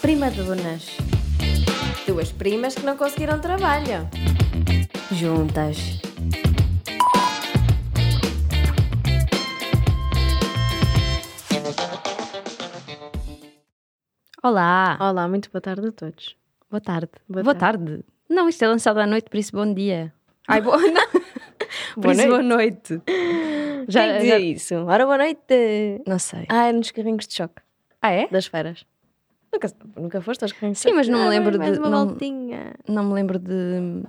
Prima Primadonas. Duas primas que não conseguiram trabalho. Juntas. Olá. Olá, muito boa tarde a todos. Boa tarde. Boa tarde. Não, isto é lançado à noite, por isso bom dia. Ai, boa, não. por Boa isso boa noite. Já, Quem Já, dizia já- isso? Ora, boa noite. Não sei. Ah, é nos carrinhos de choque Ah, é? das feiras. Nunca, nunca foste aos carrinhos de Sim, choque? mas não me Ah, lembro mais de- uma não- voltinha. Não me lembro de,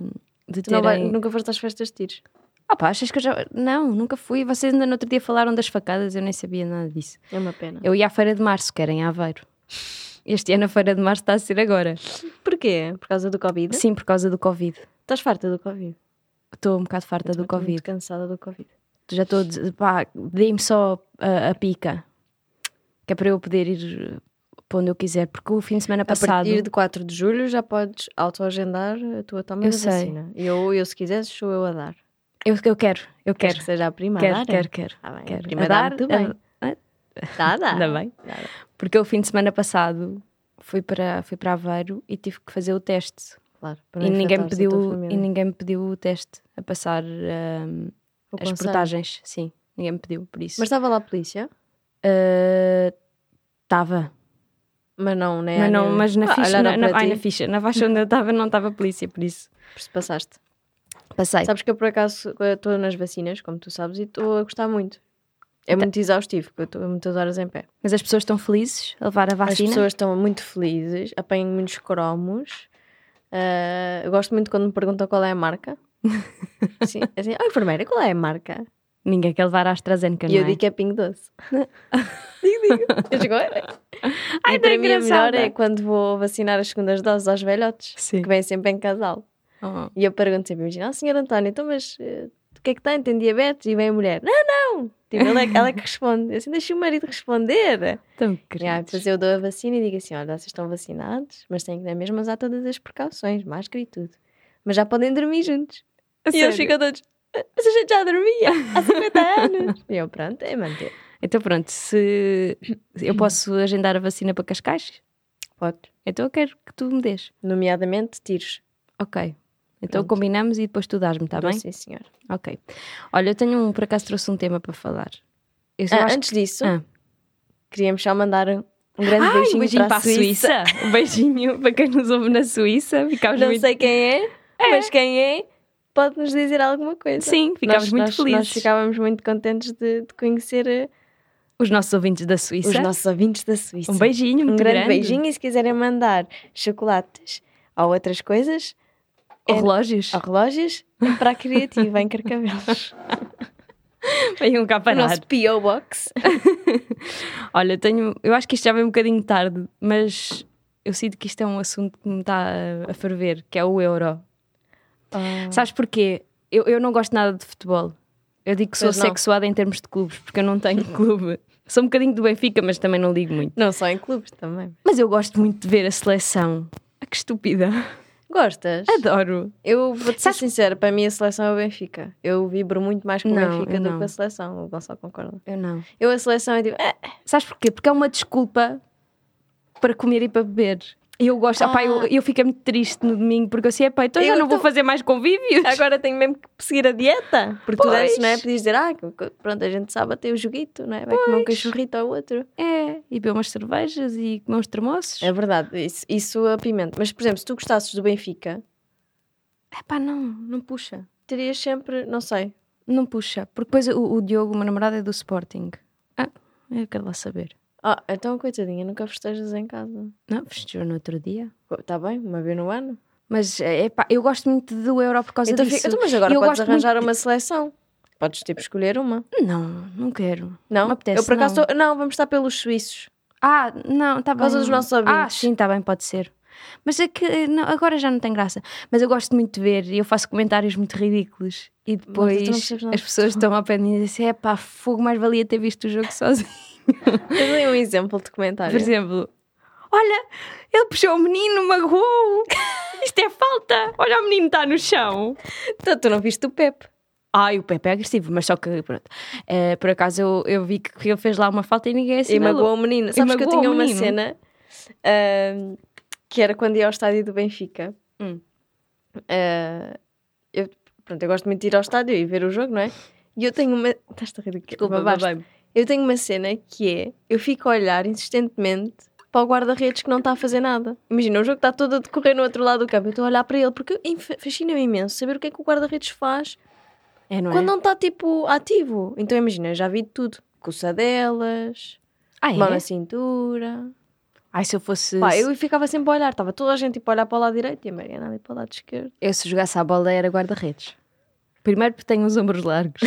de Tu não vai- terem... nunca foste às festas de tiros? Opa, achas que eu já... Não, nunca fui. Vocês ainda no outro dia falaram das facadas, eu nem sabia nada disso. É uma pena. Eu ia à Feira de Março, que era em Aveiro. Este ano a Feira de Março está a ser agora. Porquê? Por causa do Covid? Sim, por causa do Covid. Estás farta do Covid? Estou um bocado farta Estou do muito Covid. cansada do Covid. Já estou a dizer, pá, dei-me só a, a pica. Que é para eu poder ir para onde eu quiser. Porque o fim de semana A passado... partir de 4 de julho já podes autoagendar a tua toma Eu da sei. vacina. E Eu, eu, se quiseres, sou eu a dar. Eu, eu quero, eu Queres quero. que seja a prima a Quero, dar? quero, quero. Ah, bem, quero. A prima A dá dar, muito a- bem. Tá Dá, dá. Ainda bem. Dá, dá. Porque o fim de semana passado fui para, fui para Aveiro e tive que fazer o teste. Claro, para E não ninguém, me infectares a tua pediu, família. e ninguém me pediu o teste a passar hum, O as conselho. portagens. Sim, ninguém me pediu, por isso. Mas estava lá a polícia? Estava. Mas não, né? mas, não, mas na, Ah, ficha, olharam na, na, para ai, ti, na ficha, na faixa onde eu estava, não estava polícia, por isso. por se passaste. Passei. Sabes que eu, por acaso, eh, estou nas vacinas, como tu sabes, e estou a gostar muito. É Então muito exaustivo, porque eu estou muitas horas em pé. Mas as pessoas estão felizes a levar a As vacina. pessoas estão muito felizes, apanham muitos cromos. Ah, eu gosto muito quando me perguntam qual é a marca. Sim, assim, oh, enfermeira, qual é a marca? Ninguém quer levar a AstraZeneca, E não eu é? digo que é Pingo Doce. digo, digo. Eu digo, olha. Ai, e para tão mim a melhor engraçada. é quando vou vacinar as segundas doses aos velhotes, Sim. que vêm sempre em casal. Oh. E eu pergunto sempre, imagina, ah, senhor António, então mas eh, o que é que tem? Tem diabetes? E vem a mulher, não, não! Tipo, ela, é- ela é que responde, Eu assim, deixa o marido responder. Tão E aí, queridos. depois eu dou a vacina e digo assim, olha, vocês estão vacinados, mas têm que dar mesmo usar todas as precauções, máscara e tudo. Mas já podem dormir juntos. A e eles sério? ficam todos, "Ah, mas a gente já dormia há 50 anos. e eu, pronto, é manter. Então pronto, se Hum. eu posso agendar a vacina para Cascais, Pode. então eu quero que tu me dês. Nomeadamente, tiros. Ok. Então Pronto. combinamos e depois tu dás-me, está Dou, Tá bem? Sim, senhor. Ok. Olha, eu tenho um, por acaso trouxe um tema para falar. Eu só Ah, acho antes disso, Ah. queríamos só mandar um um grande Ai, beijinho, um beijinho para a Suíça. Suíça. Um beijinho para quem nos ouve na Suíça. Ficámos Não muito... sei quem é, mas quem é pode nos dizer alguma coisa. Sim, ficámos Nós- muito nós- felizes. Nós ficávamos muito contentes de, de conhecer eh, Os nossos ouvintes da Suíça. os nossos ouvintes da Suíça. Um beijinho Um muito grande, beijinho e se quiserem mandar chocolates ou outras coisas, Ou É- Oh, relógios. ou relógios, é para a Criativa em Carcavelos. Venham cá o parar. nosso P.O. Box. Olha, eu tenho... Eu acho que isto já vem um bocadinho tarde, mas eu sinto que isto é um assunto que me está a- a ferver, que é o euro. Ah. Sabes porquê? Eu, eu não gosto nada de futebol. Eu digo que sou Pois não. sexuada em termos de clubes, porque eu não tenho clube. Sou um bocadinho do Benfica, mas também não ligo muito. Não só em clubes também. Mas eu gosto muito de ver a seleção. Ah, que estúpida. Gostas? Adoro. Eu vou-te ser Sabes- sincera, para mim a seleção é o Benfica. Eu vibro muito mais com o Não, Benfica eu do não. que a seleção, o Gonçalo concorda. Eu não. Eu a seleção é tipo, "Ah, Sabes porquê? Porque é uma desculpa para comer e para beber. E eu gosto, opá, eu, eu fico muito triste no domingo porque eu sei, epá, então já Ah. Eu não vou tô- fazer mais convívios. agora tenho mesmo que seguir a dieta. Porque tu Pois. deste, não é? Podias dizer, ah, que- pronto, a gente sabe até o joguito, não é? Vai comer um cachorrito ao outro. É, e beber umas cervejas e comer uns termoços. É verdade, isso, isso apimenta. Mas, por exemplo, se tu gostasses do Benfica, Epá, não, não puxa. terias sempre, não sei, Não puxa. Porque depois o, o Diogo, o meu namorado, é do Sporting. Ah, eu quero lá saber. ah, então coitadinha, nunca festejas em casa. Não, festejou no outro dia. Está bem, uma vez no ano. Mas, eh, epá, eu gosto muito do Euro por causa Então, disso. fica, então, mas agora Eu podes gosto arranjar muito- uma seleção. Podes, tipo, escolher uma. Não, não quero. Não, Me apetece, eu por acaso não. tô- não, vamos estar pelos suíços. Ah, não, está bem. causa dos nossos ouvintes. Ah, sim, está bem, pode ser. Mas é que eh, não, agora já não tem graça. Mas eu gosto muito de ver e eu faço comentários muito ridículos. E tu não depois percebes nada as de pessoas estão ao pé de mim e dizem: é pá, fogo, mais valia ter visto o jogo sozinho. Eu dei um exemplo de Por comentário. exemplo, olha, ele puxou o menino, magoou. Isto é falta. Olha, o menino está no chão. Então, tu não viste o Pepe. Ai, o Pepe é agressivo, mas só que pronto. Eh, por acaso eu, eu vi que ele fez lá uma falta e ninguém E assinalou. magoou o menino. Sabes que eu magoou tinha o uma menino. cena ahm, que era quando ia ao estádio do Benfica. Hum. Ah, eu, pronto, eu gosto muito de ir ao estádio e ver o jogo, não é? E eu tenho uma. Estás-te a rir aqui? Desculpa, Babaste. babei-me. Eu tenho uma cena que é: eu fico a olhar insistentemente para o guarda-redes que não está a fazer nada. Imagina, o jogo está todo a decorrer no outro lado do campo. Eu estou a olhar para ele porque inf- fascina-me imenso saber o que é que o guarda-redes faz É, não é? quando não está tipo ativo. Então imagina, eu já vi tudo: coçadelas, Ah, é? mão na cintura. Ai, se eu fosse. Pá, se- eu ficava sempre a olhar, estava toda a gente tipo, a olhar para o lado direito e a Mariana ali para o lado esquerdo. Eu se jogasse à bola era guarda-redes. Primeiro porque tenho os ombros largos.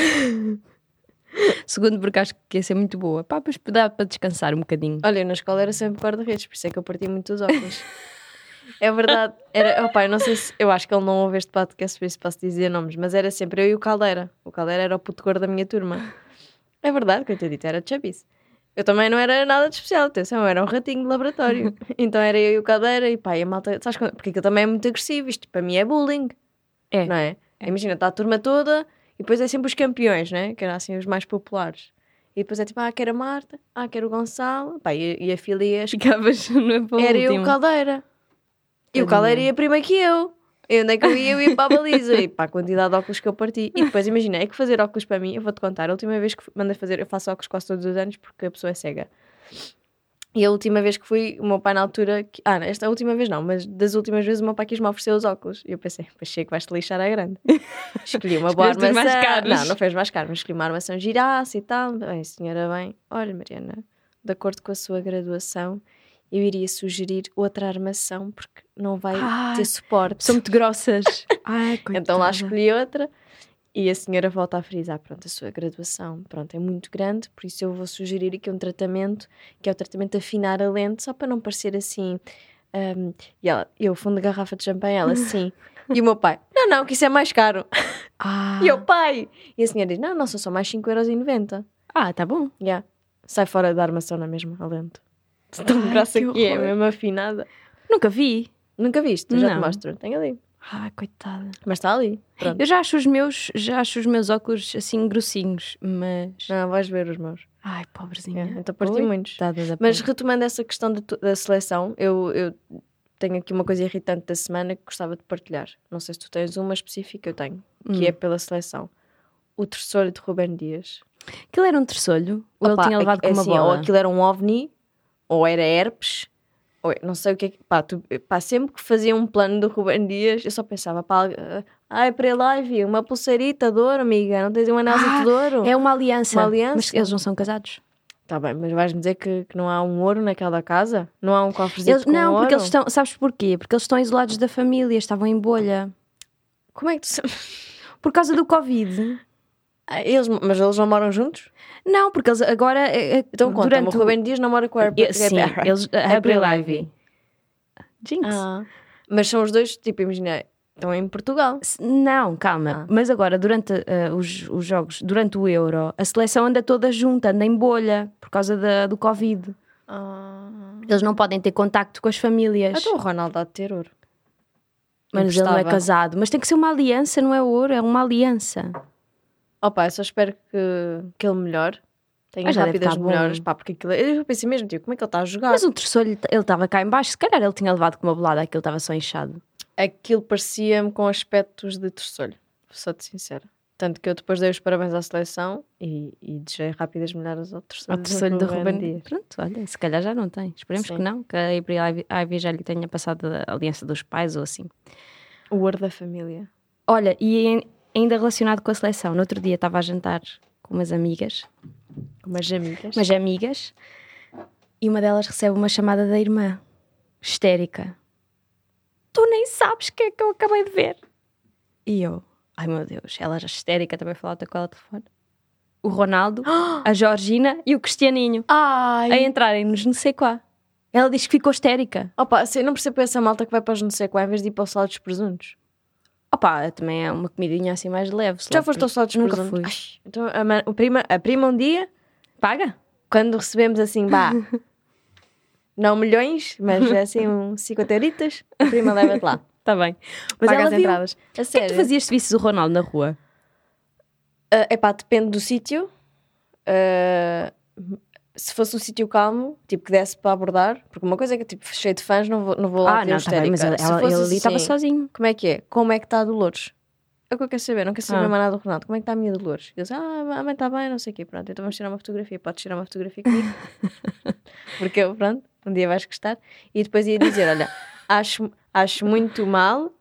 Segundo porque acho que ia ser muito boa. Pá, pois dá para descansar um bocadinho. Olha, eu na escola era sempre guarda-redes, por isso é que eu parti muito os óculos. é verdade. Era, opa, eu não sei se. Eu acho que ele não ouve este podcast, por isso posso dizer nomes, mas era sempre eu e o Caldeira. O Caldeira era o puto gordo da minha turma. É verdade, coitadito, era chubbies. Eu também não era nada de especial, atenção, eu era um ratinho de laboratório. Então era eu e o Caldeira e pá, e a malta. Sabes quando- Porque aquilo também é muito agressivo, isto para mim é bullying. É. Não é? Imagina, está a turma toda e depois é sempre os campeões, né? Que eram assim os mais populares. E depois é tipo, ah, quero a Marta, ah, quero o Gonçalo, pá, e, e a filha ia Ficavas na boa. era eu o Caldeira. E o tipo, Tadinha. Caldeira ia primeiro que eu. E onde é que eu ia? Eu ia para a baliza. E para a quantidade de óculos que eu parti. E depois imagina, é que fazer óculos para mim, eu vou-te contar, a última vez que fu- mandei fazer, eu faço óculos quase todos os anos porque a pessoa é cega. E a última vez que fui, o meu pai na altura. que- ah, não, esta última vez não, mas das últimas vezes o meu pai quis-me oferecer os óculos. E eu pensei, pois sei que vais-te lixar à grande. Escolhi uma boa Escolheste os armação. mais caros. Não, não foi os mais caros, mas escolhi uma armação girasse e tal. Bem, senhora, bem, olha, Mariana, de acordo com a sua graduação, eu iria sugerir outra armação porque não vai Ai, ter suporte. São muito grossas. Ai, Então lá coitada. escolhi outra e a senhora volta a frisar: pronto, a sua graduação pronto, é muito grande, por isso eu vou sugerir aqui um tratamento que é o tratamento de afinar a lente, só para não parecer assim. hum, e ela, eu fundo de garrafa de champanhe, ela sim. E o meu pai, não, não, que isso é mais caro. Ah. E eu, pai! E a senhora diz, não, não, são só mais 5,90€. Ah, tá bom. Yeah. Sai fora da armação na mesma, a lente. De Tão Ai, graça que que é, horror. mesmo afinada. Nunca vi. Nunca viste, eu já Não. te mostro. Tem ali. Ai, coitada. Mas está ali. Pronto. Eu já acho os meus, já acho os meus óculos assim grossinhos, mas. Não, vais ver os meus. Ai, É, pobrezinha. Então parti Oi. muitos. Coitada da Mas pobre. retomando essa questão da, tu- da seleção, eu, eu tenho aqui uma coisa irritante da semana que gostava de partilhar. Não sei se tu tens uma específica, eu tenho, que Hum. é pela seleção. O terceiro de Rubén Dias. Aquilo era um terçolho. Ou ele Opa, tinha levado aqui- com uma assim, Ou bola. aquilo era um ovni, ou era herpes, ou não sei o que é que. Pá, tu- pá, sempre que fazia um plano do Ruben Dias, eu só pensava, pá, ah, ai, para lá, vi uma pulseirita de ouro, amiga, não tens um anelzinho Ah, de ouro? É uma aliança. Uma aliança? Mas eles não são casados. Tá bem, mas vais-me dizer que, que não há um ouro naquela casa? Não há um cofrezinho Eles- com não, ouro? porque eles estão. Sabes porquê? Porque eles estão isolados da família, estavam em bolha. Como é que tu sabes? Por causa do Covid. Ah, Eles, mas eles não moram juntos? Não, porque eles agora. eh, eh, Então conta, durante o Ruben Dias namora com a April Eh, Sim, eles. a É Avril Ivy. Jinx. Ah, mas são os dois, tipo, imagina, estão em Portugal. S- Não, calma. Ah. Mas agora, durante eh, os, os jogos, durante o Euro, a seleção anda toda junta, anda em bolha, por causa da- do Covid. Ah. Eles não podem ter contacto com as famílias. Então o Ronaldo há de ter ouro. mas ele não é emprestava. casado. Mas tem que ser uma aliança, não é ouro, é uma aliança. Opa, eu só espero que, que ele melhore. Tenha Ah, já deve rápidas estar bom. melhoras, pá, porque aquilo, eu pensei mesmo, tipo, como é que ele está a jogar? Mas o terceiro, ele estava cá em baixo, se calhar ele tinha levado com uma bolada, aquilo estava só inchado. Aquilo parecia-me com aspectos de terceiro, sou-te sincera. Tanto que eu depois dei os parabéns à seleção e, e desejei rápidas melhoras ao terceiro, Ao terceiro do Ah, Ruben Dias. Pronto, olha, se calhar já não tem. Esperemos Sim. que não, que a April Ivy- Ivy já lhe tenha passado a aliança dos pais ou assim. O ouro da família. Olha, e em- ainda relacionado com a seleção, no outro dia estava a jantar com umas amigas, Umas amigas. umas amigas, e uma delas recebe uma chamada da irmã, histérica. Tu nem sabes o que é que eu acabei de ver. E eu, ai meu Deus, ela já histérica também falou com ela ao telefone. O Ronaldo, a Georgina e o Cristianinho. a Ai! entrarem nos não sei qual. Ela diz que ficou histérica. Opa, assim, eu não percebo essa malta que vai para os não sei qual, em vez de ir para o salado dos presuntos. Opa, também é uma comidinha assim mais leve. Já foste ao salado dos Nunca presuntos? fui. Ai, então a, ma- o prima, a prima um dia, Paga? quando recebemos assim, bah, não milhões, mas assim um 50 euritas, a prima leva-te lá. Está Tá bem. Mas Paga ela as viu. entradas. A O que é que sério. tu fazias se visses o Ronaldo na rua? Ah, epá, depende do sítio. Ah, se fosse um sítio calmo, tipo que desse para abordar, porque uma coisa é que tipo cheio de fãs, não vou, não vou lá ah, ter não, tá histérica. bem, mas ela, Se ela- fosse ele ali estava assim, sozinho. Como é que é? Como é que está a Dolores? É o que eu quero saber, não quero saber Ah. mais nada do Ronaldo. Como é que está a minha Dolores? Ele diz, ah, a mãe está bem, não sei o quê. Pronto, então vamos tirar uma fotografia. Podes tirar uma fotografia comigo? porque, pronto, um dia vais gostar. E depois ia dizer, olha, acho, acho muito mal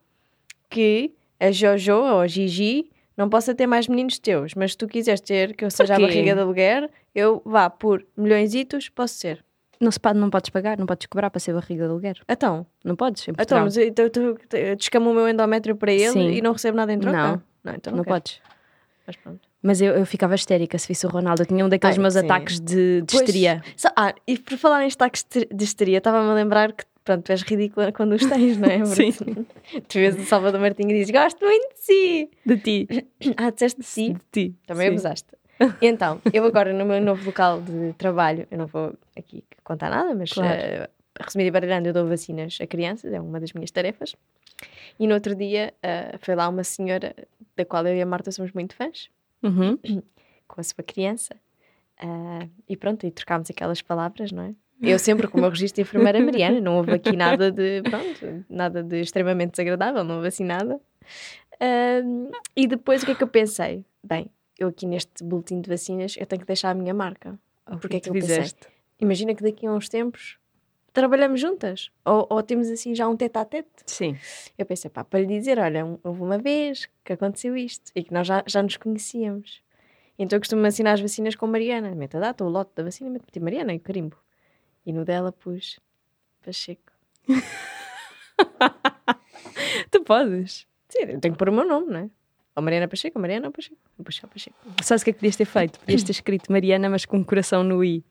que a Jojo ou a Gigi não possa ter mais meninos teus, mas se tu quiseres ter que eu seja a quê? barriga de aluguer, eu vá por milhõesitos, posso ser. Não, se pode, não podes pagar, não podes cobrar para ser barriga de aluguer. Então, Não podes, em então, Portugal. mas eu, eu, eu, eu descamo o meu endométrio para ele Sim. e não recebo nada em troca? Não. não então não não, quero. podes. Mas pronto. Mas eu, eu ficava histérica se visse o Ronaldo. Eu tinha um daqueles Ai, meus sim. ataques de, de histeria. Pois, só- ah, e por falar em destaques de de histeria, estava-me a lembrar que, pronto, tu és ridícula quando os tens, não é? Porque Tu vês o Salvador Martinho e dizes, gosto muito de si. De ti. Ah, disseste de si? De ti. Também Sim. abusaste. E então, eu agora no meu novo local de trabalho, eu não vou aqui contar nada, mas Claro. eh, resumir e baralhando, eu dou vacinas a crianças, é uma das minhas tarefas. E no outro dia eh, foi lá uma senhora da qual eu e a Marta somos muito fãs, Uhum. com a sua criança. Ah, e pronto, e trocámos aquelas palavras, não é? Eu sempre com o meu registro de enfermeira Mariana, não houve aqui nada de, pronto, nada de extremamente desagradável, não houve assim nada. Ah, e depois o que é que eu pensei? Bem, eu aqui neste boletim de vacinas, eu tenho que deixar a minha marca. Porque é que eu pensei? Imagina que daqui a uns tempos trabalhamos juntas, ou, ou temos assim já um tete a tete. Sim. Eu pensei, pá, para lhe dizer, olha, um- houve uma vez que aconteceu isto e que nós já, já nos conhecíamos. Então eu costumo assinar as vacinas com Mariana. Meto a data, o lote da vacina, meto tipo, Mariana e o carimbo. E no dela pus Pacheco. Tu podes. Sim, eu tenho que pôr o meu nome, não é? Ou Mariana Pacheco, ou Mariana Pacheco. Vou puxar Pacheco. Sabes o que é que podias ter feito? Podias ter escrito Mariana, mas com um coração no I.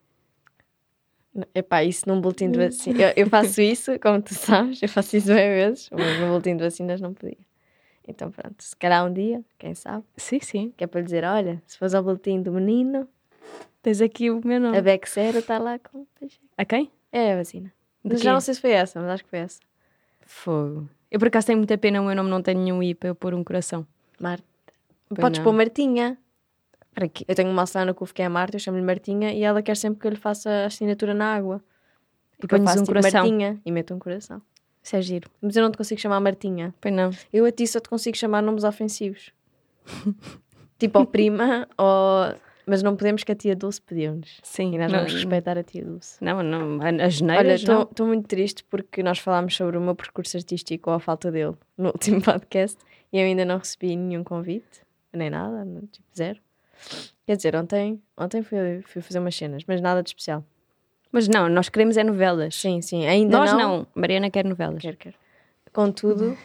Não, Epá, isso num boletim de vacinas. Eu, eu faço isso, como tu sabes, eu faço isso bem vezes, mas no boletim de vacinas não podia. Então pronto, se calhar um dia, quem sabe, Sim, sim. que é para lhe dizer, olha, se fores ao boletim do menino, Tens aqui o meu nome. a Bexera está lá com Pacheco. A quem? É a vacina. De Mas já quê? não sei se foi essa, mas acho que foi essa. Fogo. Eu por acaso tenho muita pena, o meu nome não tem nenhum I para eu pôr um coração. Marta. Pois Podes não. pôr Martinha. Para quê? Eu tenho uma alçada no que é a Marta, eu chamo-lhe Martinha e ela quer sempre que eu lhe faça a assinatura na água. E Que eu pões faço um tipo, coração. Martinha e meto um coração. Isso é giro. Mas eu não te consigo chamar Martinha. Pois não. Eu a ti só te consigo chamar nomes ofensivos. tipo ou prima ou. Mas não podemos que a tia Dulce pediu-nos. Sim. E nós não, vamos respeitar a tia Dulce. Não, não. As Olha, neiras, não. estou muito triste porque nós falámos sobre o meu percurso artístico ou a falta dele no último podcast e eu ainda não recebi nenhum convite, nem nada, não- tipo zero. Quer dizer, ontem, ontem fui, fui fazer umas cenas, mas nada de especial. Mas não, nós queremos é novelas. Sim, sim, ainda Nós não. não. Mariana quer novelas. Quero, quero. Contudo,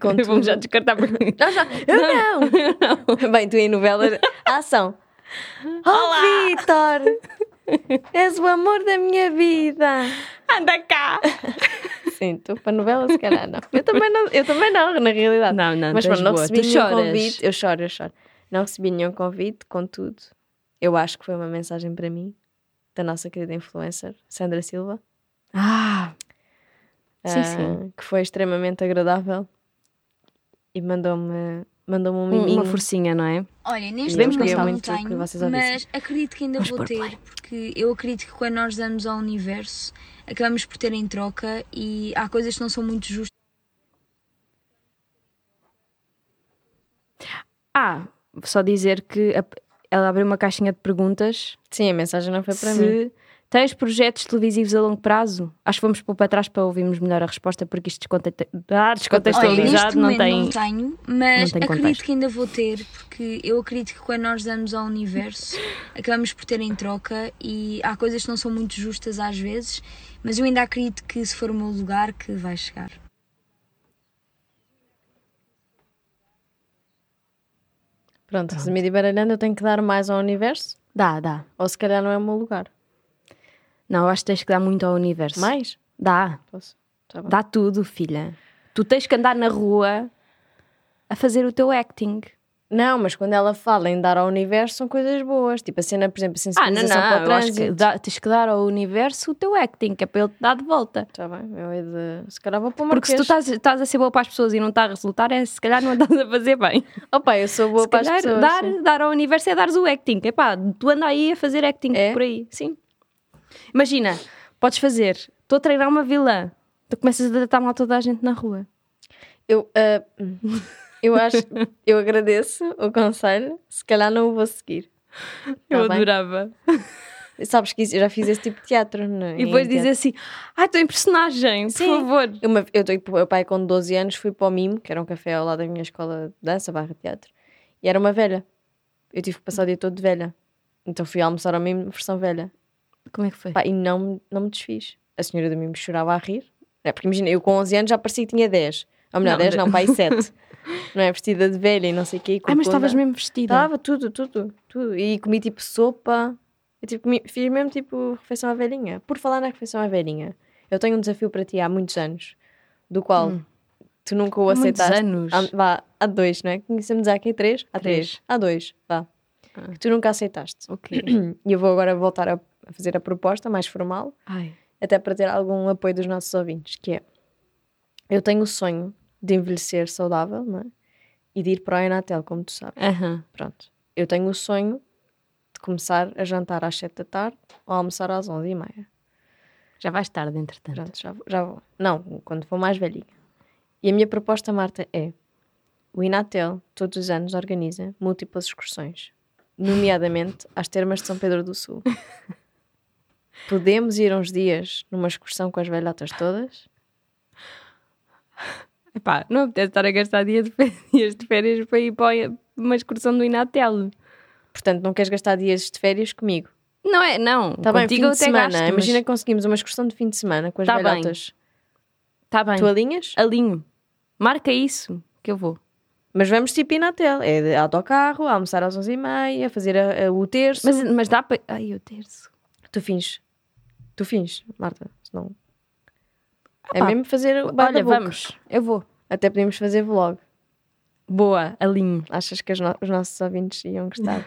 contudo. Vamos já descartar porque. Nós já. Eu não! Bem, tu em novela. a Ação! Oh, Vitor! És o amor da minha vida! Anda cá! Sim, tu para novela se calhar não. Eu também não, eu também não na realidade. Não, não, Mas tu és pronto, não boa. recebi Tu nenhum choras. convite. Eu choro, eu choro. Não recebi nenhum convite, contudo, eu acho que foi uma mensagem para mim, da nossa querida influencer, Sandra Silva. Ah! Sim, ah, sim. Que foi extremamente agradável e mandou-me mandou um Um- miminho. Uma forcinha, não é? Olha, neste Podemos momento pensar não muito que tenho, vocês ouvissem. mas acredito que ainda Vamos vou pôr ter, play. porque eu acredito que quando nós damos ao universo, acabamos por ter em troca e há coisas que não são muito justas. Ah, só dizer que a- ela abriu uma caixinha de perguntas Sim, a mensagem não foi para mim. se tens projetos televisivos a longo prazo. Acho que vamos pôr para trás para ouvirmos melhor a resposta, porque isto desconte- ah, Olha, descontextualizado neste não momento tem. não tenho, mas não tem acredito contexto. que ainda vou ter, porque eu acredito que quando nós damos ao universo, acabamos por ter em troca e há coisas que não são muito justas às vezes, mas eu ainda acredito que se for o meu lugar, que vai chegar. Pronto, resumido e baralhando, eu tenho que dar mais ao universo, Dá, dá. ou se calhar não é o meu lugar. Não, acho que tens que dar muito ao universo. Mais? Dá, Posso? Tá bom. dá tudo, filha. Tu tens que andar na rua a fazer o teu acting. Não, mas quando ela fala em dar ao universo são coisas boas. Tipo a cena, por exemplo, a Ah, não, sensibilização para o não, eu acho que trânsito. dá- tens que dar ao universo o teu acting, que é para ele te dar de volta. Tá bem, eu é de... Se calhar vou para o Porque se tu estás, estás a ser boa para as pessoas e não está a resultar, é se calhar não estás a fazer bem. Opa, eu sou boa tá- se para as pessoas. calhar dar, sim. dar ao universo é dares o acting. Epá, tu anda aí a fazer acting É? por aí. Sim. Imagina, podes fazer. Estou a treinar uma vilã. Tu começas a tratar mal toda a gente na rua. Eu, ah, hum. eu acho... eu agradeço o conselho. Se calhar não o vou seguir. Eu Tá bem. adorava. Sabes que isso- eu já fiz esse tipo de teatro. Não? E depois dizer assim: Ah, estou em personagem, Sim. por favor. Eu, uma- eu, tenho- meu pai, com 12 anos, fui para o Mimo, que era um café ao lado da minha escola de dança, barra teatro, e era uma velha. Eu tive que passar o dia todo de velha. Então fui almoçar ao Mimo, versão velha. Como é que foi? Pá, e não, me- não me desfiz. A senhora do Mimo chorava a rir. Não é? Porque imagina, eu com 11 anos já parecia que tinha 10. Ou melhor, Não, 10 de- não, pai, 7. não é? Vestida de velha e não sei o quê. e Ah, mas corcunda. estavas mesmo vestida. Estava tudo, tudo, tudo. E comi tipo sopa. Eu tipo, comi- fiz mesmo tipo refeição à velhinha. Por falar na refeição à velhinha, eu tenho um desafio para ti há muitos anos, do qual tu nunca o Hum. Há muitos aceitaste. anos. Há, vá, há dois, não é? Conhecemos há aqui três? Há três. Três. Há dois, vá. Ah. Que tu nunca aceitaste. Ok. E eu vou agora voltar a a fazer a proposta mais formal Ai. até para ter algum apoio dos nossos ouvintes, que é eu tenho o sonho de envelhecer saudável, não é? E de ir para a Enatel, como tu sabes. Aham. Pronto. Eu tenho o sonho de começar a jantar às 7 da tarde ou a almoçar às 11 e meia. Já vais tarde, entretanto. Pronto, já, vou- já vou. Não, quando for mais velhinha. E a minha proposta, Marta, é o Inatel todos os anos organiza múltiplas excursões, nomeadamente às termas de São Pedro do Sul. Podemos ir uns dias numa excursão com as velhotas todas? Epá, não apetece estar a gastar dias de férias, de férias para ir para uma excursão do Inatel. Portanto, não queres gastar dias de férias comigo? Não é, não. Tá bem, fim Contigo eu de até semana. gasto, mas Imagina que conseguimos uma excursão de fim de semana com as Tá bem. velhotas. Tá bem. Tu alinhas? Alinho. Marca isso que eu vou. Mas vamos tipo ir na tela. É de autocarro, almoçar às 11h30, fazer a- a- o terço. Mas, mas dá para. Ai, o terço. tu fins. Tu fins, Marta. Senão... é pá. mesmo fazer o Olha, bate-boca. vamos. Eu vou. Até podemos fazer vlog. Boa, alinho. Achas que as no- os nossos ouvintes iam gostar?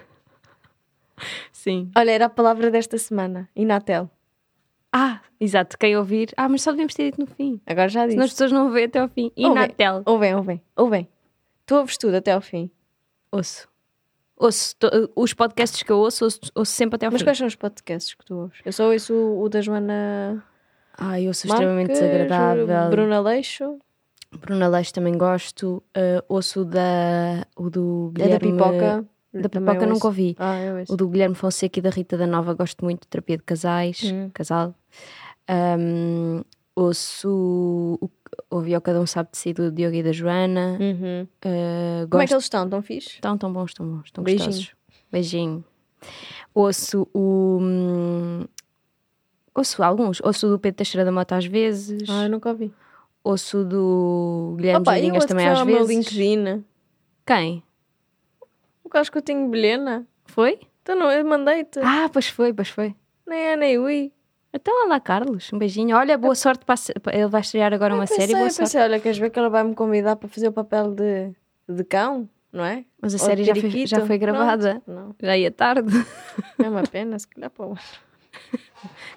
Sim. Olha, era a palavra desta semana. E na tela. Ah, exato. Quem ouvir. Ah, mas só devemos ter dito no fim. Agora já Senão as disse. pessoas não vêem até ao fim. E Ouvem. na tela. Ouvem, ouvem, ouvem. Tu ouves tudo até ao fim. Ouço. Ouço. to- Os podcasts que eu ouço, ouço, ouço sempre até ao Mas fim. quais são os podcasts que tu ouves? Eu só ouço o, o da Joana Ai, eu sou extremamente Marques, desagradável. o Bruno Aleixo, Bruna Leix também gosto. Ah, ouço o da, o do é da Guilherme. Pipoca. Da Também pipoca nunca ouço. ouvi. Ah, eu ouço. O do Guilherme Fonseca e da Rita da Nova gosto muito, terapia de casais, Hum. casal. Um, ouço o, ouvi o Cada Um Sabe de Si do Diogo e da Joana. Uhum. Uh, Como é que gosto. eles estão? Estão fixe? Estão tão bons, tão bons, estão Beijinho. gostosos. Beijinho. Ouço o. hum, Ouço alguns. Ouço o do Pedro Teixeira da Mota às vezes. Ah, eu nunca ouvi. Ouço o do Guilherme Opa, eu Geirinhas outro também também às o meu vezes. LinkedIn. Quem? O que acho que eu tenho belena. Foi? Então não, eu mandei-te. Ah, pois foi, pois foi. Nem é, nem ui. Então, olá, Carlos. Um beijinho. Olha, boa sorte para a se- para- Ele vai estrear agora uma pensei, série. Boa eu sorte. pensei, olha, queres ver que ela vai me convidar para fazer o papel de, de cão? Não é? Mas a Ou de série já foi, periquito? já foi Pronto. gravada. Não, Já ia tarde. é uma pena, se calhar para o outro.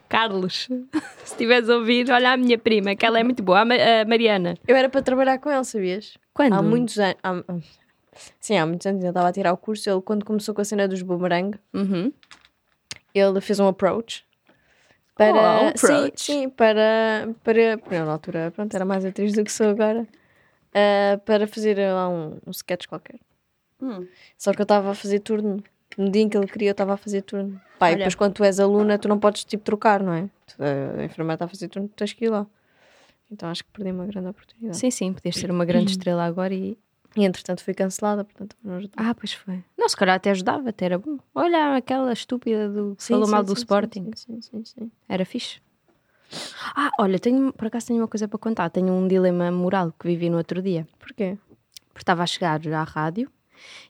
Carlos, se estiveres a ouvir, olha a minha prima, que ela é muito boa. A Ma- a Mariana. Eu era para trabalhar com ele, sabias? Quando? Há muitos anos. há- Sim, há muitos anos ele estava a tirar o curso. Ele, quando começou com a cena dos boomerang, Uhum. ele fez um approach Oh, um para sim, approach. sim para para porque eu, na altura pronto era mais atriz do que sou agora ah, para fazer lá um, um sketch qualquer Hum. só que eu estava a fazer turno no dia em que ele queria eu estava a fazer turno pá e Olha. depois quando tu és aluna tu não podes tipo trocar não é Tu, a a enfermeira está a fazer turno tu tens que ir lá então acho que perdi uma grande oportunidade Sim, sim, podias ser uma grande estrela agora e. e entretanto fui cancelada portanto não ajudou. Ah, pois foi. Não, se calhar até ajudava, até era bom. Olha aquela estúpida do. que Sim, falou sim, mal sim, do sim, Sporting. sim, sim, sim, sim. Era fixe. Ah, olha, tenho, por acaso tenho uma coisa para contar. Tenho um dilema moral que vivi no outro dia. porquê porque estava a chegar à rádio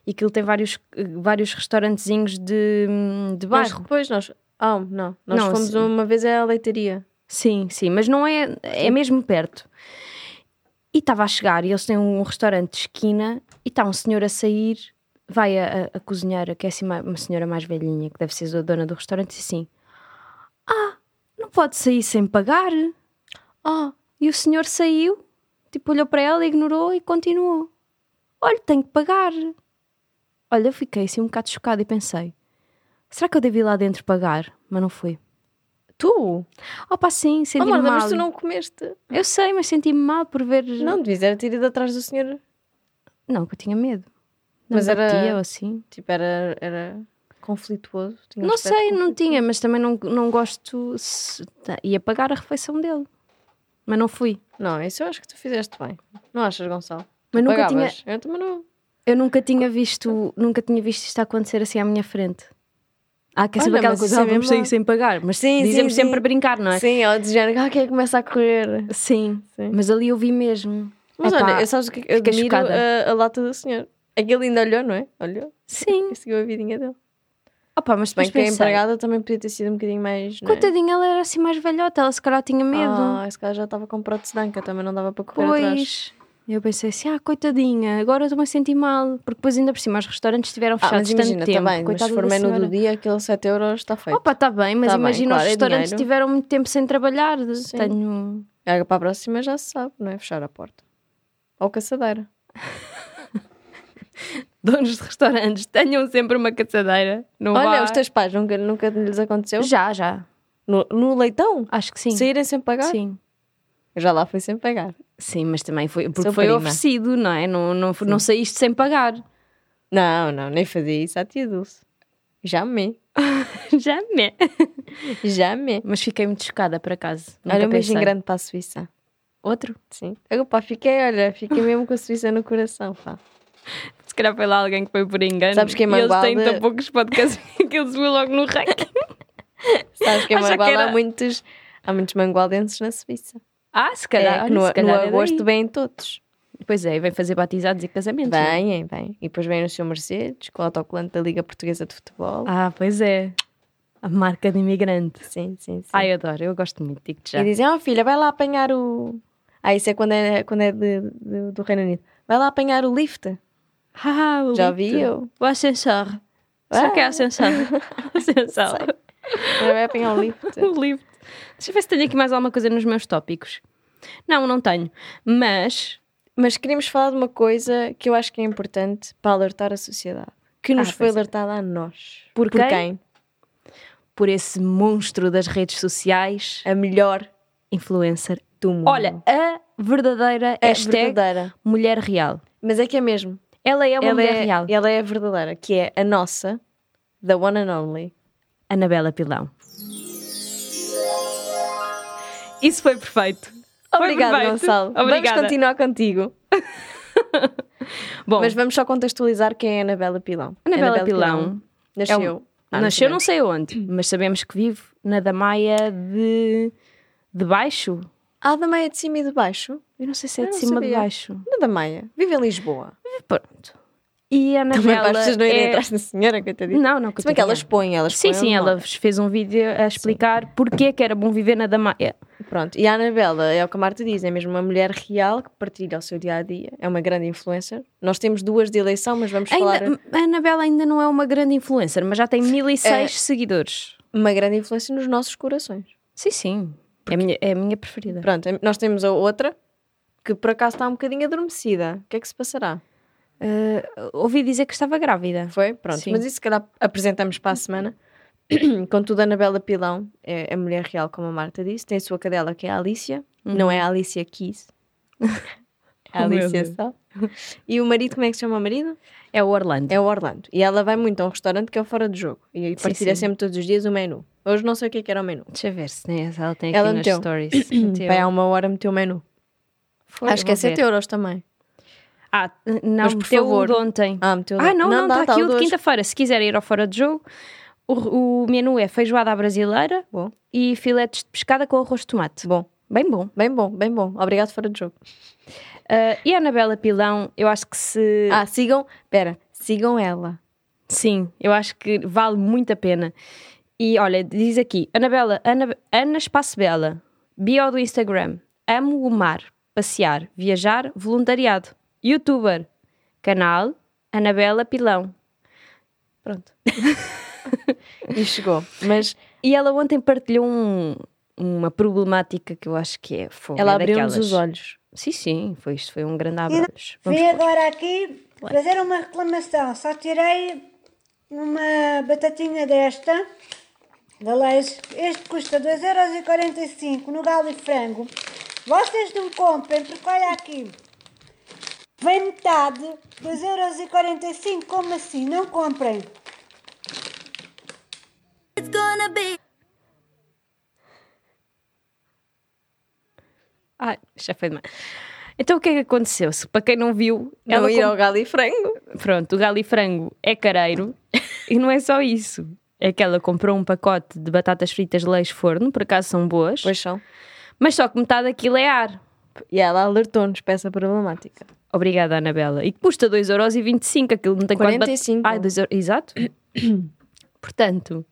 e aquilo tem vários, eh, vários restaurantezinhos de, hum, de Nós bairro. depois nós ah não nós Não, fomos sim. uma vez à leitaria Sim, sim, mas não é, é mesmo perto. E estava a chegar e eles têm um restaurante de esquina e está um senhor a sair vai a, a- a cozinheira, que é assim uma, uma senhora mais velhinha, que deve ser a dona do restaurante, diz assim: Ah, não pode sair sem pagar. Ah, e o senhor saiu, tipo, olhou para ela, ignorou e continuou. Olha, tenho que pagar. Olha, eu fiquei assim um bocado chocada e pensei: será que eu devo ir lá dentro pagar? Mas não fui. Tu? Opa, sim, Oh, senti-me Marta, mal. mas tu não comeste. Eu sei, mas senti-me mal por ver. Não, devias era ter ido atrás do senhor. Não, que eu tinha medo. Não Mas me era- batia ou assim. Tipo, era, era conflituoso. tinha um Não aspecto sei, não conflituoso. tinha, mas também não, não gosto. Se... tá, Ia pagar a refeição dele. Mas não fui. Não, isso eu acho que tu fizeste bem. Não achas, Gonçalo? Mas Tu nunca pagavas. Eu também não. Eu nunca tinha visto, nunca tinha visto isto acontecer assim à minha frente. Ah, quer saber Olha, aquela mas coisa? isso Ah, é vamos mesmo sair bom. sem pagar. Mas Sim, sim, dizemos sim. sempre a brincar, não é? Sim, ela de género, ah, quem é que começa a correr? Sim. Sim. Mas ali eu vi mesmo. Mas Epá, olha, eu sabes o que eu fiquei admiro chocada. a, a lata do senhor. Aquele ainda olhou, não é? Olhou Sim. e seguiu a vidinha dele. Opa, mas Se bem depois que a pensei, empregada também podia ter sido um bocadinho mais. não é? Coitadinha, ela era assim mais velhota, ela se calhar tinha medo. Ah, esse cara já estava com prótese de anca, também não dava para correr atrás. Pois. Eu pensei assim, ah, coitadinha, agora eu estou-me a sentir mal. Porque depois ainda por cima os restaurantes estiveram Ah, fechados mas imagina, tanto está tempo. bem, mas se Coitada for da menu senhora. do dia, aquele 7 euros está feito. Opa, está bem, mas Tá bem, imagina claro, é os restaurantes dinheiro. tiveram muito tempo sem trabalhar. Sim. Tenho... Agora É, para a próxima já se sabe, não é? Fechar a porta. Ou caçadeira. Donos de restaurantes, tenham sempre uma caçadeira. Não Olha, vá- os teus pais nunca, nunca lhes aconteceu? Já, já. No, no leitão? Acho que sim. Saírem sem pagar? Sim. Eu já lá fui sem pagar. Sim, mas também foi, porque Sou foi prima. um oferecido, não é? Não, não, não saíste sem pagar. Não, não, nem fazia isso à tia Dulce. Já amei. Já me. Já amei. Mas fiquei muito chocada, por acaso. Nunca Olha, um pensei. beijinho grande para a Suíça. Outro? Sim. Eu, pá, fiquei, olha, fiquei mesmo com a Suíça no coração, pá. Se calhar foi lá alguém que foi por engano. Sabes que em E eles têm Mangualde- tão poucos podcasts que eles vão logo no ranking. Sabes que em Acha que Mangual há era- muitos... Há muitos mangualdenses na Suíça. Ah, se É, calhar. que no, se calhar no é agosto daí. vêm todos. Pois é, e vem fazer batizados e casamentos. não é? Vêm, vêm. E depois vêm no seu Mercedes, com o autocolante da Liga Portuguesa de Futebol. Ah, pois é. A marca de imigrante. Sim, sim, sim. Ai, eu adoro, eu gosto muito, digo-te já. E dizem, ó filha, vai lá apanhar o... Ah, isso é quando é, quando é de- de- do Reino Unido. Vai lá apanhar o lift. Ah, o Já lift. vi eu. O ascensor. Será que é ascensor? ascensor. Vai apanhar o lift. O livro. Deixa eu ver se tenho aqui mais alguma coisa nos meus tópicos. Não, não tenho. Mas. Mas queríamos falar de uma coisa que eu acho que é importante para alertar a sociedade. Que nos Ah, foi pois é. alertada a nós. Por quem? Por esse monstro das redes sociais, A melhor influencer. do mundo. Olha, a verdadeira é Hum. hashtag verdadeira. mulher real. Mas é que é mesmo. Ela é uma ela, mulher é, real. ela é a verdadeira, que é a nossa, the one and only. Anabela Pilão. Isso foi perfeito. Foi Obrigada, perfeito. Gonçalo. Vamos Obrigada. continuar contigo. Bom, Mas vamos só contextualizar quem é a Anabela Pilão. Anabela Pilão nasceu. é um- Ah, nasceu não sabemos. sei onde, mas sabemos que vive na Damaia de, de Baixo. Ah, da Maia de cima e de baixo? Eu não sei se é Eu de não cima ou de sabia. baixo. Não da Maia. Vive em Lisboa. Pronto. E a Também Anabela para as pessoas não irem é... atrás da senhora, coitadinha. Não, não, Se bem que elas coitadinha. põem, elas Sim, põem sim, um ela nome. fez um vídeo a explicar porque é que era bom viver na Damaia. Pronto, e a Anabela, é o que a Marta diz, é mesmo uma mulher real que partilha o seu dia a dia, é uma grande influencer. Nós temos duas de eleição, mas vamos falar. Ainda, a Anabela ainda não é uma grande influencer, mas já tem 1006 É. seguidores. Uma grande influência nos nossos corações. Sim, sim. É a minha, é a minha preferida. Pronto, nós temos a outra que por acaso está um bocadinho adormecida. O que é que se passará? Ah, ouvi dizer que estava grávida. Foi? Pronto, Sim. mas isso se calhar apresentamos para a semana. Contudo, a Anabela Pilão é a mulher real, como a Marta disse, tem a sua cadela que é a Alicia, não é a Alicia Keys. É a Uhum. Oh, meu Alicia Deus. só. E o marido, como é que se chama o marido? É o Orlando. É o Orlando. E ela vai muito a um restaurante que é o fora de jogo. E aí Sim, partilha sim. sempre todos os dias o menu. Hoje não sei o que é que era o menu. Deixa eu ver se tem, ela tem aqui Ela nas meteu. stories. Meteu. Pai, há uma hora meteu o menu. Foi, Acho que vou é 7 ver. euros também. Ah, não, Mas, por meteu o favor. de ontem. Ah, meteu Ah, não, não, dá, está aqui o de dois. quinta-feira. Se quiserem ir ao fora de jogo, o, o menu é feijoada à brasileira Bom. e filetes de pescada com arroz de tomate. Bom, Bem bom. bem bom, bem bom. Obrigado, fora de jogo. Ah, e a Anabela Pilão, eu acho que se. Ah, sigam, pera, sigam ela. Sim, eu acho que vale muito a pena. E olha, diz aqui: Anabela, Ana, Ana Espaço Bela, bio do Instagram. Amo o mar, passear, viajar, voluntariado. Youtuber, canal Anabela Pilão. Pronto. e chegou. Mas E ela ontem partilhou um- uma problemática que eu acho que é fogo. ela é abriu-nos daquelas. os olhos. Sim, sim, foi isto, foi um grande abraço. Vamos Vim agora aqui fazer uma reclamação. Só tirei uma batatinha desta. Da Leis. Este custa 2,45€ no galo e frango. Vocês não comprem, porque olha aqui. Vem metade, 2,45€. Como assim? Não comprem. Ai, já foi demais. Então o que é que aconteceu? Se, para quem não viu, Não ela ir ao galo e frango. comp- pronto, o galo e frango é careiro e não é só isso. É que ela comprou um pacote de batatas fritas leis forno, por acaso são boas, Pois são. mas só que metade daquilo é ar. E ela alertou-nos para essa problemática. Obrigada, Anabela. E que custa 2,25€, aquilo não tem quase bat- 45. Ah, dois euro- exato. Portanto,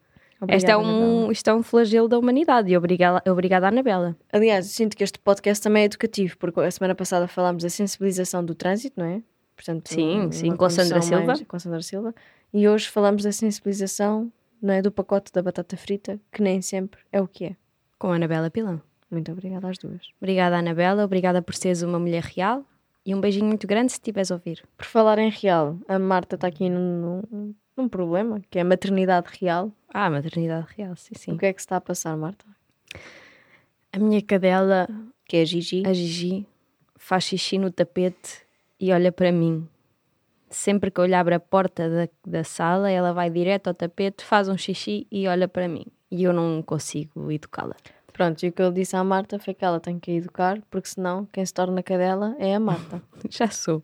este é Obrigada, Anabela. um, isto é um flagelo da humanidade e obrigada, obrigada Anabela. Aliás, eu sinto que este podcast também é educativo, porque a semana passada falámos da sensibilização do trânsito, não é? Portanto, Sim, uma sim, com a Sandra condução Silva. mais- com a Sandra Silva. E hoje falámos da sensibilização não é, do pacote da batata frita, que nem sempre é o que é. Com a Anabela Pilão. Muito obrigada às duas. Obrigada, Anabela. Obrigada por seres uma mulher real. E um beijinho muito grande se estiveres a ouvir. Por falar em real, a Marta está aqui num, num- num problema, que é a maternidade real. Ah, maternidade real, sim, sim. O que é que se está a passar, Marta? A minha cadela, Que é a Gigi. a Gigi, faz xixi no tapete e olha para mim. Sempre que eu lhe abro a porta da, da sala, ela vai direto ao tapete, faz um xixi e olha para mim. E eu não consigo educá-la. Pronto, e o que eu disse à Marta foi que ela tem que a educar, porque senão quem se torna cadela é a Marta. Já sou.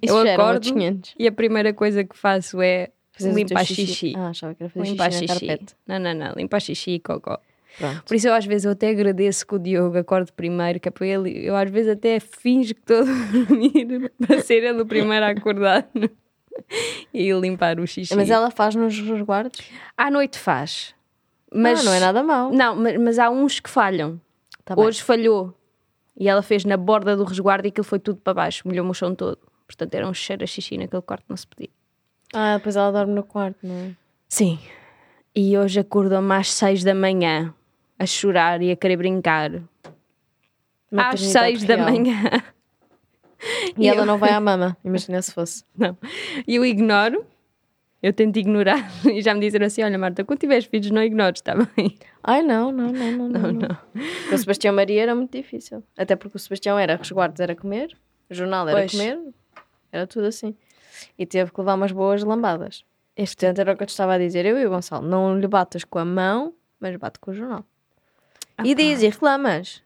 Isso eu já eram acordo outros 500. e a primeira coisa que faço é Fazes o teu limpar xixi. Ah, achava que era fazer Limpar xixi, xixi. na carpete. Não, não, não. Limpar xixi e cocó. Pronto. Por isso eu às vezes eu até agradeço que o Diogo acorde primeiro, que é para ele, eu às vezes até finjo que estou a dormir para ser ele o primeiro a acordar e limpar o xixi. Mas ela faz nos resguardos? à noite faz. Mas não é nada mau. Não, mas, mas há uns que falham. Tá bem. Hoje falhou. E ela fez na borda do resguardo e aquilo foi tudo para baixo, molhou-me o chão todo. Portanto, era um cheiro a xixi naquele quarto, não se podia. Ah, depois ela dorme no quarto, não é? Sim. E hoje acordou-me às seis da manhã a chorar e a querer brincar. às Maternidade seis da real. manhã. E ela eu- não vai à mama, imagina se fosse. Não. E eu ignoro. Eu tento ignorar. E já me disseram assim: olha, Marta, quando tiveres filhos, não ignores, está bem? Ai, não, não, não, não, não. não. Com o Sebastião Maria era muito difícil. Até porque o Sebastião era resguardos, era comer, jornal era Pois. comer, era tudo assim. E teve que levar umas boas lambadas. Este Portanto, era o que eu te estava a dizer, eu e o Gonçalo. Não lhe batas com a mão, mas bate com o jornal. e diz, e reclamas.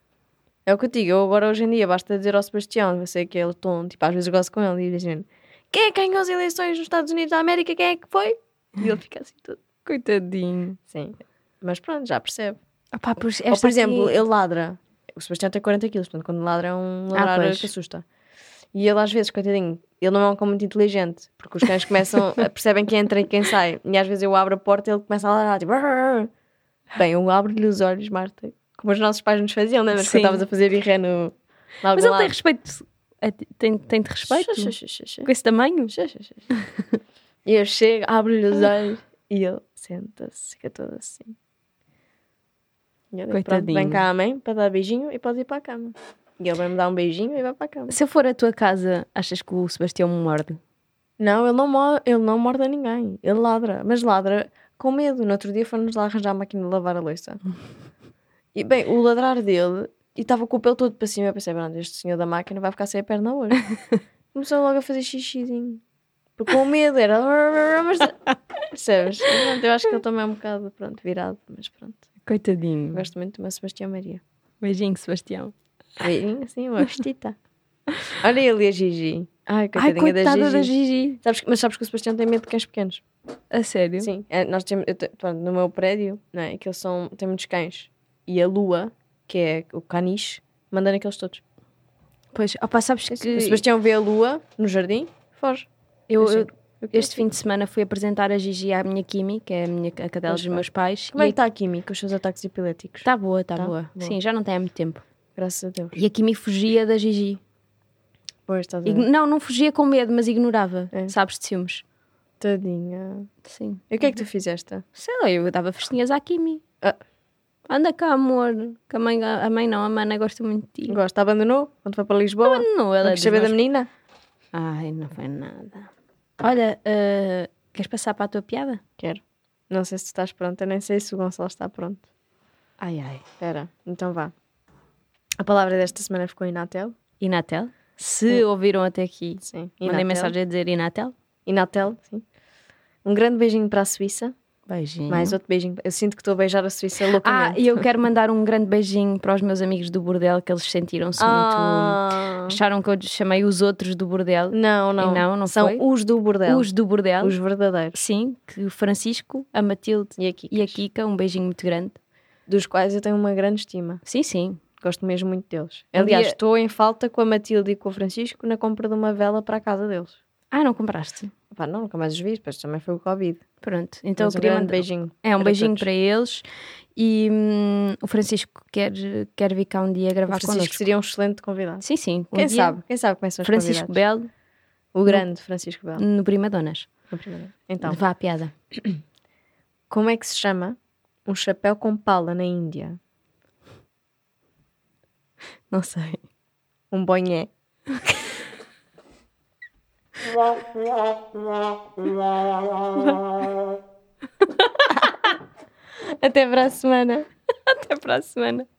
É o que eu te digo, eu agora hoje em dia basta dizer ao Sebastião, eu sei que ele tom, tipo, às vezes gosto com ele e dizendo quem é que ganhou as eleições nos Estados Unidos da América, quem é que foi? E ele fica assim todo. Coitadinho. Sim. Mas pronto, já percebe. Ah, pá, pois Ou, esta por exemplo, aqui- ele ladra. O Sebastião tem 40 quilos, portanto, quando ladra é um ladrar Ah, pois. que assusta. E ele, às vezes, coitadinho, ele não é um cão muito inteligente, porque os cães começam, a- percebem quem entra e quem sai. E às vezes eu abro a porta e ele começa a ladrar, tipo. "Arr". Bem, eu abro-lhe os olhos, Marta, como os nossos pais nos faziam, né? lembras? Sim. Quando estavas a fazer birré no. lá Mas do ele tem lado. respeito. É, Tem, tem-te respeito? Xu, xu, xu, xu, xu. Com esse tamanho? Xu, xu, xu, xu. E eu chego, abro-lhe os olhos e ele senta-se, fica todo assim. E eu digo, pronto, Coitadinho. vem cá à mãe para dar beijinho e pode ir para a cama. E ele vai-me dar um beijinho e vai para a cama. Se eu for à tua casa, achas que o Sebastião me morde? Não, ele não, mor- ele não morde a ninguém. Ele ladra, mas ladra com medo. No outro dia foi-nos lá arranjar a máquina de lavar a louça. E bem, o ladrar dele, e estava com o pelo todo para cima. Eu pensei, pronto, este senhor da máquina vai ficar sem a perna hoje. Começou logo a fazer xixizinho. Porque com medo era. Mas, percebes? Pronto, eu acho que ele também é um bocado pronto, virado, mas pronto. Coitadinho. Gosto muito do meu Sebastião Maria. Beijinho, Sebastião. Beijinho, assim, uma vestita. Olha ele e a Gigi. Ai, Ai, coitadinha coitada da da Gigi. Gigi. Sabes que- mas sabes que o Sebastião tem medo de cães pequenos. A sério? Sim, é, nós temos, eu te- pronto, no meu prédio, não é? Que eles são, tem muitos cães. E a lua, que é o caniche, manda naqueles todos. Pois, opa, sabes que O Sebastião vê a lua no jardim, foge. eu, Assim, eu- eu quero este fim de semana fui apresentar a Gigi à minha Kimi, que é a, minha, a cadela Pois dos bem. meus pais. Como é e que está a Kimi com os seus ataques epiléticos? Está boa, está Tá? boa. Boa. Sim, já não tem há muito tempo. Graças a Deus. E a Kimi fugia da Gigi. Pois, estás a Ign- ver. Não, não fugia com medo, mas ignorava. É. Sabes de ciúmes. Tadinha. Sim. E o que é que tu fizeste? Sei lá, eu dava festinhas à Kimi. Ah. Anda cá, amor. Que a mãe, a mãe não, a mana gosta muito de ti. Gosta? Abandonou? Quando foi para Lisboa? Não, ela Não é quis saber da dos menina? nossos- Ai, não foi nada. Olha, ah, queres passar para a tua piada? Quero. Não sei se tu estás pronta, nem sei se o Gonçalo está pronto. Ai, ai. Espera, então vá. A palavra desta semana ficou Inatel. Inatel? Se ouviram até aqui, Sim. mandei mensagem a dizer Inatel. Inatel, sim. Um grande beijinho para a Suíça. Uhum. Beijinho. Mais outro beijinho. Eu sinto que estou a beijar a Suíça Ah, loucamente. e eu quero mandar um grande beijinho para os meus amigos do bordel, que eles sentiram-se muito. Ah. Acharam que eu chamei os outros do bordel. Não, não. Ah. E não, não São foi? os do bordel. Os do bordel. Os verdadeiros. Sim, que o Francisco, a Matilde E aqui. e a Kika, um beijinho muito grande. Dos quais eu tenho uma grande estima. Sim, sim. Gosto mesmo muito deles. Um Aliás, dia- estou em falta com a Matilde e com o Francisco na compra de uma vela para a casa deles. Ah, não compraste? Pá, não, nunca mais os vi, depois também foi o Covid. Pronto, então Mas eu um queria grande mandar beijinho. É, um para beijinho todos. para eles. E hum, o Francisco quer, quer vir cá um dia O gravar Francisco connosco. seria um excelente convidado. Sim, sim. um Quem dia. sabe? Quem sabe começam os Francisco convidados? Belo O grande Francisco Belo. no Prima Donas. no primeiro. Então, Vá à piada. como é que se chama um chapéu com pala na Índia? Não sei. Um bonhé. Até para a semana. Até para a semana.